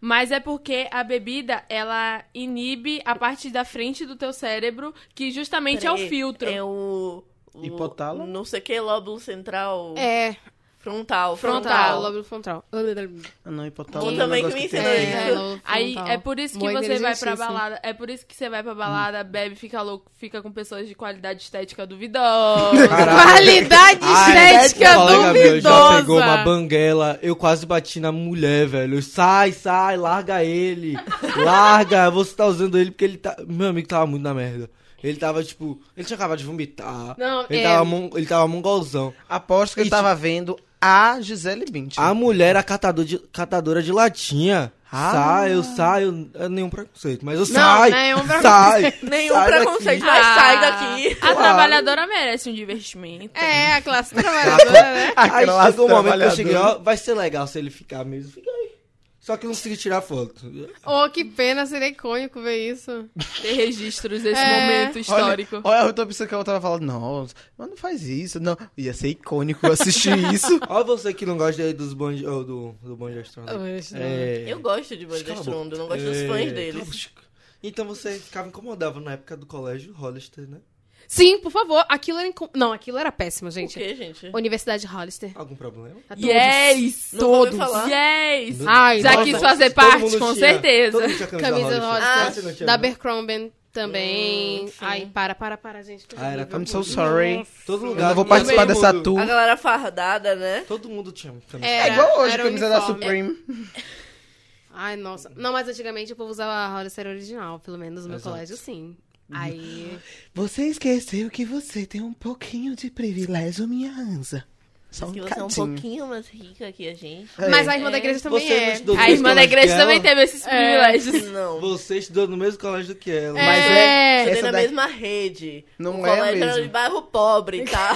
S3: Mas é porque a bebida, ela inibe a parte da frente do teu cérebro, que justamente é o
S1: Peraí,
S3: filtro.
S1: É o. o-
S2: Hipotálamo?
S1: Não sei o que, lóbulo central.
S5: É,
S1: Frontal,
S5: frontal,
S1: frontal.
S5: lóbulo frontal.
S2: Ah, não,
S1: Tu
S2: hipotálamo. é um
S1: também que
S2: negócio
S1: me
S2: tem-
S1: ensinou
S2: É.
S1: isso.
S5: lóbulo
S3: Aí
S5: frontal.
S3: é por isso que
S5: Muito
S3: você vai pra
S5: inteligentíssimo.
S3: balada. É por isso que você vai pra balada,
S5: Hum.
S3: bebe, fica louco, fica com pessoas de qualidade estética duvidosa.
S2: Caralho.
S5: Qualidade
S6: Ah,
S5: estética
S6: colega meu é já
S5: é duvidosa.
S6: pegou uma banguela, eu quase bati na mulher, velho. Sai, sai, larga ele. larga, você tá usando ele porque ele tá. Meu amigo tava muito na merda. Ele tava, tipo. Ele tinha acabado de vomitar.
S5: Não,
S6: ele,
S5: é.
S6: tava, mon- ele tava mongolzão.
S2: Aposto que ele
S6: Isso.
S2: tava vendo a Gisele Bündchen.
S6: A mulher era catador de- catadora de latinha.
S2: Ah.
S6: Sai, eu saio. É nenhum preconceito, mas eu
S5: Não, né? é
S6: saio.
S5: nenhum preconceito.
S6: sai,
S1: Nenhum
S6: sai daqui.
S1: preconceito, mas
S5: Ah.
S1: sai daqui.
S3: A trabalhadora merece um divertimento.
S5: É, a classe trabalhadora, né?
S6: Aí
S2: Aquela
S6: chegou o momento que eu
S2: trabalhadora.
S6: cheguei, ó, vai ser legal se ele ficar mesmo. Fica aí. Só que eu não consegui tirar foto.
S5: Oh, que pena, seria icônico ver isso.
S3: ter registros desse
S5: É.
S3: momento
S2: Olha-
S3: histórico.
S2: Olha, eu tô pensando que ela tava falando, nossa, mas não faz isso, não. Ia ser icônico eu assistir isso.
S6: Olha você que não gosta aí dos bons, oh, do, do bom de astronauta. É.
S1: Eu gosto de Banda
S6: Cala a
S1: Estrondo, não
S6: boca.
S1: gosto dos
S6: É.
S1: fãs deles.
S6: Então você ficava incomodava na época do colégio Hollister, né?
S5: Sim, por favor, aquilo era... inco- Não, aquilo era péssimo,
S1: O
S5: gente.
S1: que, gente?
S5: Universidade Hollister. Tá
S6: Algum problema?
S5: A todos.
S3: Yes!
S1: Não vou
S5: Todos.
S1: nem falar.
S3: Yes!
S5: Ai,
S3: Já
S5: nossa.
S3: quis fazer
S6: Todo
S3: parte,
S6: mundo
S3: com
S6: tinha-
S3: certeza.
S6: todo mundo tinha camisa
S5: Camisa
S6: Hollister. Ah,
S5: Hollister.
S6: Você não tinha,
S5: da
S6: não?
S5: Abercrombie também.
S1: Hum, sim.
S5: Ai, para, para, para, gente. que
S6: Ah, era
S5: horrível.
S2: I'm so sorry.
S6: Todo
S2: Eu
S6: lugar.
S2: não vou
S6: todo
S2: participar
S6: mundo-
S2: dessa tour.
S1: A galera fardada, né?
S6: Todo mundo tinha camisa.
S2: É
S5: Era-
S2: igual hoje,
S5: era
S2: camisa da
S5: uniforme.
S2: Supreme.
S5: Ai, nossa. Não, mas antigamente o povo usava a Hollister original, pelo menos no meu
S6: Exato. Uhum.
S5: colégio, sim. Aí.
S2: Você esqueceu que você tem um pouquinho de privilégio, minha ansa. Só um
S1: Que você é um
S2: cadinho.
S1: pouquinho mais rica que a gente.
S2: É.
S5: Mas a irmã da
S1: É.
S5: igreja também
S6: Você não
S5: é.
S6: estudou no
S3: A irmã
S6: colégio
S3: da igreja
S6: dela?
S3: também teve esses privilégios.
S1: Não.
S6: Você estudou no mesmo colégio do que ela.
S2: Mas
S5: É.
S2: é,
S1: Estudei
S2: essa
S1: na
S2: daí-
S1: mesma rede.
S2: Não
S1: o
S2: é
S1: colégio era
S2: mesmo.
S1: de bairro pobre, tá?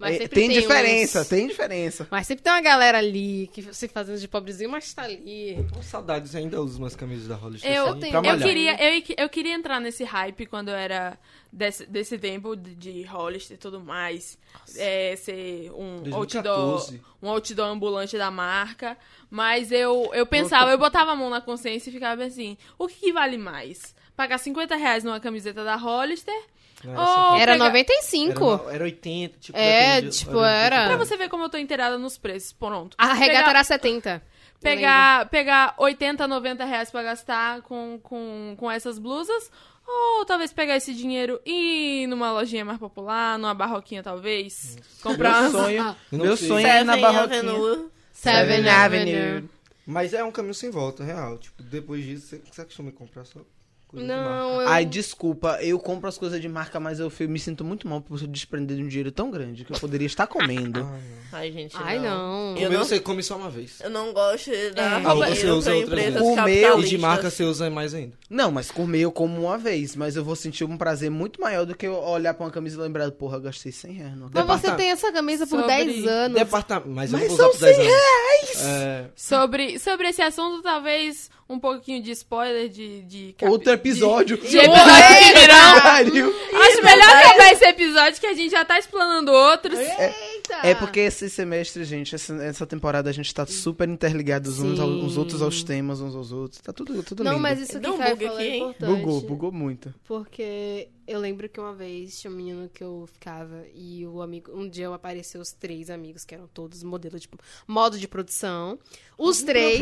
S5: Mas
S2: é,
S5: sempre
S2: tem, diferença,
S5: uns-
S2: tem diferença.
S5: Mas sempre tem uma galera ali que se fazendo de pobrezinho, mas tá ali.
S6: Com saudades, ainda uso umas camisas da Hollister.
S3: Eu,
S6: assim,
S5: tenho-
S6: pra
S3: eu,
S6: malhar.
S3: queria, eu, eu queria entrar nesse hype quando eu era desse, desse tempo de, de Hollister e tudo mais. É, ser um
S6: 2014.
S3: outdoor, um outdoor ambulante da marca. Mas eu, eu pensava, eu botava a mão na consciência e ficava assim, o que, que vale mais? Pagar 50 reais numa camiseta da Hollister?
S6: Não,
S3: Oh,
S6: assim,
S5: Era
S3: pega-
S5: 95.
S6: Era, era 80, tipo.
S5: É,
S6: depende-
S5: tipo, era-
S6: Ah.
S3: Pra você ver como eu tô inteirada nos preços, pronto.
S5: A regata
S3: Pegar-
S5: era 70. eu
S3: pegar, pegar 80, 90 reais pra gastar com, com, com essas blusas. Ou talvez pegar esse dinheiro e ir numa lojinha mais popular, numa barroquinha talvez. Comprar
S2: Meu
S3: umas...
S5: Ah.
S2: sonho,
S6: Não
S2: meu
S6: sei.
S2: sonho é ir na
S1: Seven
S2: barroquinha.
S1: Avenue.
S5: Seven Avenue.
S6: Mas é um caminho sem volta, real. Tipo, depois disso, você, você costuma comprar só coisa de marca.
S5: Não, eu...
S2: Ai, desculpa, eu compro as coisas de marca, mas eu fi- me sinto muito mal por desprender de um dinheiro tão grande que eu poderia estar comendo.
S1: Ai, gente,
S5: Ai, não.
S1: Eu
S6: Comer
S1: não-
S6: você come só uma vez.
S1: Eu não gosto da
S5: É.
S6: Ah, você
S1: roupa
S6: usa
S1: pra
S6: outras
S1: empresas
S2: vezes. O meu-
S6: E de
S1: capitalistas.
S6: marca você usa mais ainda.
S2: Não, mas comer eu como uma vez, mas eu vou sentir um prazer muito maior do que eu olhar pra uma camisa e lembrar, porra, eu gastei 100 reais. Não.
S5: Mas você
S6: Departa-
S5: tem essa camisa por
S3: Sobre-
S5: 10 anos.
S6: Departamento. Mas,
S2: Mas
S6: eu vou usar
S2: são
S6: por 10
S2: 100
S6: reais! É,
S3: Sobre, sobre esse assunto, talvez um pouquinho de spoiler de. de capi-
S2: Outro episódio.
S3: De, de episódio de verão.
S2: Caralho.
S3: Acho melhor acabar esse episódio que a gente já tá explanando outros.
S5: Eita!
S2: É porque esse semestre, gente, essa, essa temporada a gente tá super interligados uns,
S5: Sim.
S2: aos, uns outros aos temas, uns aos outros. Tá tudo, tudo
S5: Não,
S2: lindo.
S5: mas isso que
S1: Deu um
S5: Caio
S1: bug
S5: falou
S1: aqui,
S5: é
S1: hein?
S5: importante.
S2: Bugou, bugou muito.
S5: Porque eu lembro que uma vez tinha um menino que eu ficava e o amigo. Um dia eu apareceu os três amigos, que eram todos modelo de modo de produção. Os três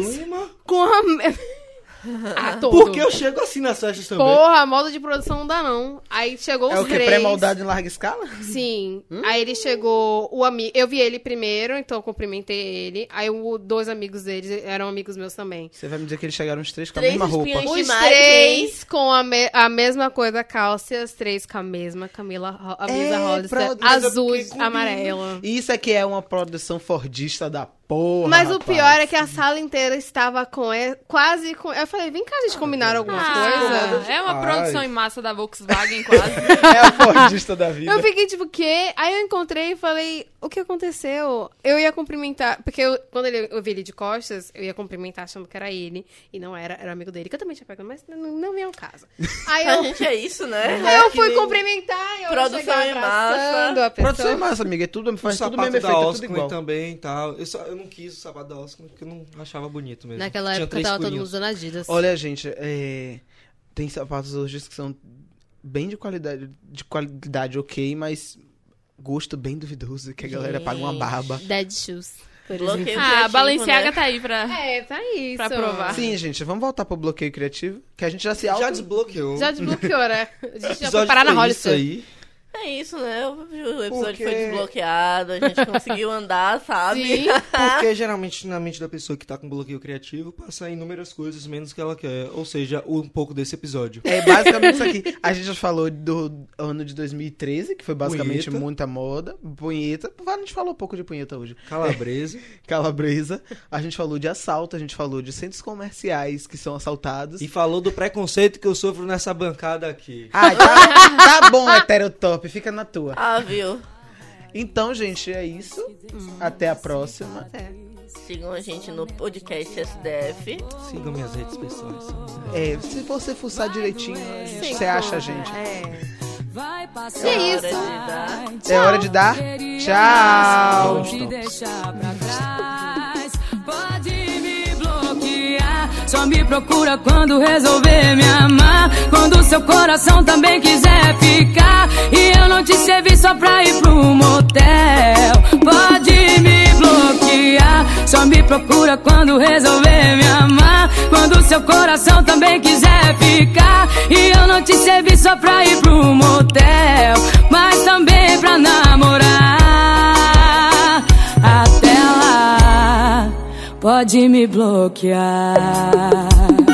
S5: com a. ah, todo.
S6: Porque eu chego assim nas festas também.
S5: Porra, modo de produção não dá não. Aí chegou
S2: é
S5: os
S2: o Hum? que?
S5: três.
S2: Pré-moldado em larga escala?
S5: Sim. Aí ele chegou, o amigo. Eu vi ele primeiro, então eu cumprimentei ele. Aí o, dois amigos deles eram amigos meus também.
S2: Você vai me dizer que eles chegaram os três com
S1: Três
S2: a mesma roupa.
S1: espinhos. Os
S5: Os
S1: demais,
S5: três com a, me- a mesma coisa, calça, e os três com a mesma Camila, Ro- a
S2: É,
S5: Camisa Hollister,
S2: pronto, mas é
S5: azul
S2: porque
S5: e
S2: combina.
S5: amarela.
S2: E isso aqui é uma produção é fordista da porra.
S5: Mas o pior
S2: rapaz.
S5: é que a sala inteira estava com e- quase com. Eu falei, vem cá, a
S2: Ah,
S5: gente combinaram algumas coisas.
S3: Ah, é uma
S6: Ai.
S3: produção em massa da Volkswagen, quase.
S2: É a fordista da vida.
S5: Eu fiquei tipo, o quê? Aí eu encontrei e falei, o que aconteceu? Eu ia cumprimentar, porque eu- quando ele, eu vi ele de costas, eu ia cumprimentar achando que era ele, e não era, era amigo dele, que eu também tinha pegado, mas não, não vem ao caso. Aí
S1: A
S5: eu,
S1: gente é isso, né?
S5: aí eu fui cumprimentar, eu
S1: Produção
S5: chegava
S1: em
S5: abraçando a pessoa.
S2: Produção é massa, amiga. É tudo,
S6: O
S2: faz tudo
S6: sapato
S2: mesmo
S6: da
S2: efeito, é tudo
S6: Oscar então.
S2: igual.
S6: também e tal. Eu, só, eu não quis o sapato da Oscar porque eu não achava bonito mesmo.
S5: Naquela
S6: Tinha
S5: época
S6: três
S5: tava todo mundo
S6: furinhos.
S5: usando Adidas.
S2: Olha, gente, é, tem sapatos hoje que são bem de qualidade, de qualidade ok, mas gosto bem duvidoso, que a galera paga uma barba.
S5: Dead Shoes, por
S1: Bloqueio
S5: exemplo.
S3: ah, a
S1: criativo,
S3: Balenciaga
S1: né?
S3: tá aí pra.
S5: É, tá isso.
S3: Pra provar.
S2: Sim, gente, vamos voltar pro bloqueio criativo, que a gente já se
S6: Já
S2: auto...
S6: desbloqueou.
S5: Já desbloqueou, né? A gente já foi
S6: Episódio
S5: parar na
S6: foi
S5: Hollister.
S6: isso aí.
S1: É isso, né? O episódio
S6: Porque-
S1: foi desbloqueado, a gente conseguiu andar, sabe?
S5: Sim.
S6: Porque geralmente na mente da pessoa que tá com bloqueio criativo passa inúmeras coisas menos que ela quer. Ou seja, um pouco desse episódio.
S2: É basicamente isso aqui. A gente já falou do ano de 2013, que foi basicamente
S6: Punheta.
S2: muita moda. Punheta. A gente falou um pouco de punheta hoje.
S6: Calabresa
S2: Calabresa. A gente falou de assalto, a gente falou de centros comerciais que são assaltados.
S6: e falou do preconceito que eu sofro nessa bancada aqui.
S2: Ah, tá, tá bom, heterotop. Fica na tua.
S1: Ah, viu?
S2: Então, gente, é isso. Até a próxima.
S1: Sigam a gente no podcast SDF.
S6: Sigam minhas redes pessoais.
S2: É, se você fuçar direitinho, você acha a gente.
S7: Vai passar.
S1: E é isso. Hora de
S2: É hora de dar tchau.
S7: Vou te deixar pra trás. Pode me bloquear. Só me procura quando resolver me amar. Quando seu coração também quiser ficar. E eu não te servi só pra ir pro motel. Pode me bloquear. Só me procura quando resolver me amar. Quando seu coração também quiser ficar. E eu não te servi só pra ir pro motel. Mas também pra namorar. Até lá, pode me bloquear.